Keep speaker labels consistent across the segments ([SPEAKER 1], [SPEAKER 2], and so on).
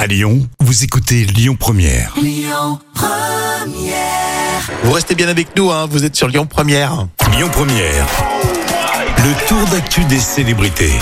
[SPEAKER 1] À Lyon, vous écoutez Lyon Première.
[SPEAKER 2] Vous restez bien avec nous, hein, vous êtes sur Lyon Première.
[SPEAKER 1] Lyon Première. Le tour d'actu des célébrités.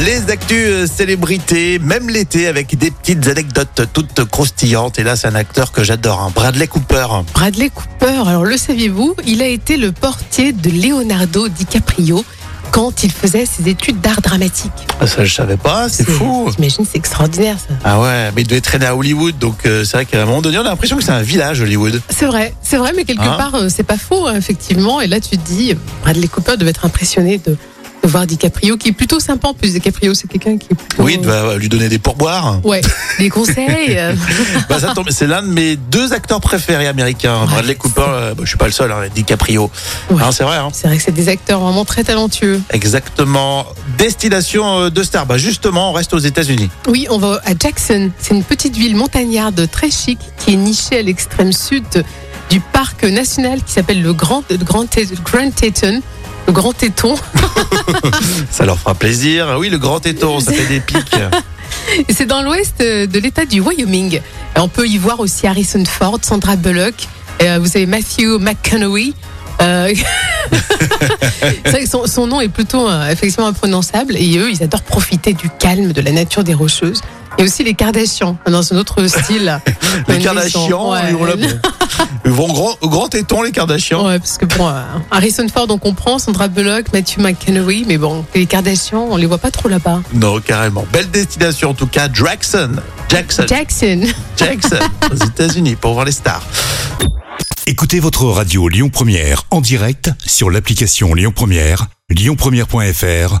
[SPEAKER 2] Les actus euh, célébrités, même l'été, avec des petites anecdotes toutes croustillantes. Et là, c'est un acteur que j'adore, hein, Bradley Cooper.
[SPEAKER 3] Bradley Cooper, alors le saviez-vous, il a été le portier de Leonardo DiCaprio quand il faisait ses études d'art dramatique.
[SPEAKER 2] Ah, Ça, je savais pas, c'est fou.
[SPEAKER 3] T'imagines, c'est extraordinaire ça.
[SPEAKER 2] Ah ouais, mais il devait traîner à Hollywood, donc euh, c'est vrai qu'à un moment donné, on a l'impression que c'est un village, Hollywood.
[SPEAKER 3] C'est vrai, c'est vrai, mais quelque
[SPEAKER 2] Hein
[SPEAKER 3] part, euh, c'est pas faux, hein, effectivement. Et là, tu te dis, euh, Bradley Cooper devait être impressionné de, de voir DiCaprio, qui est plutôt sympa en plus. DiCaprio, c'est quelqu'un qui est plutôt-
[SPEAKER 2] Oui, il va lui donner des pourboires.
[SPEAKER 3] Ouais, des conseils. euh,
[SPEAKER 2] Bah, ça tombe, c'est l'un de mes deux acteurs préférés américains.
[SPEAKER 3] Ouais.
[SPEAKER 2] Bradley Cooper, euh, bah, je suis pas le seul, hein, DiCaprio.
[SPEAKER 3] Ouais.
[SPEAKER 2] Hein, c'est vrai, hein.
[SPEAKER 3] c'est vrai que c'est des acteurs vraiment très talentueux.
[SPEAKER 2] Exactement. Destination euh, de star. Bah justement, on reste aux États-Unis.
[SPEAKER 3] Oui, on va à Jackson. C'est une petite ville montagnarde très chic qui est nichée à l'extrême sud du parc national qui s'appelle le Grand, le Grand, Te- le Grand Teton. Le Grand Téton.
[SPEAKER 2] Ça leur fera plaisir. Ah Oui, le grand téton, ça fait des pics.
[SPEAKER 3] Et c'est dans l'ouest euh, de l'État du Wyoming. Et On peut y voir aussi Harrison Ford, Sandra Bullock. euh, vous avez Matthew McConaughey. Euh, c'est vrai que son, son nom est plutôt euh, effectivement imprononçable. Et eux, ils adorent profiter du calme, de la nature des rocheuses. Et aussi les Kardashians, dans un autre style.
[SPEAKER 2] Les
[SPEAKER 3] Une
[SPEAKER 2] Kardashians,
[SPEAKER 3] maison, ouais.
[SPEAKER 2] ils vont là- ils vont au grand, au grand téton, les Kardashians.
[SPEAKER 3] Ouais, parce que bon, euh, Harrison Ford, on comprend, Sandra Bullock, Matthew McConaughey, mais bon, les Kardashians, on les voit pas trop là-bas.
[SPEAKER 2] Non, carrément. Belle destination, en tout cas. Jackson. Jackson.
[SPEAKER 3] Jackson.
[SPEAKER 2] Jackson. aux États-Unis, pour voir les stars.
[SPEAKER 1] Écoutez votre radio Lyon Première en direct sur l'application Lyon Première, lyonpremière.fr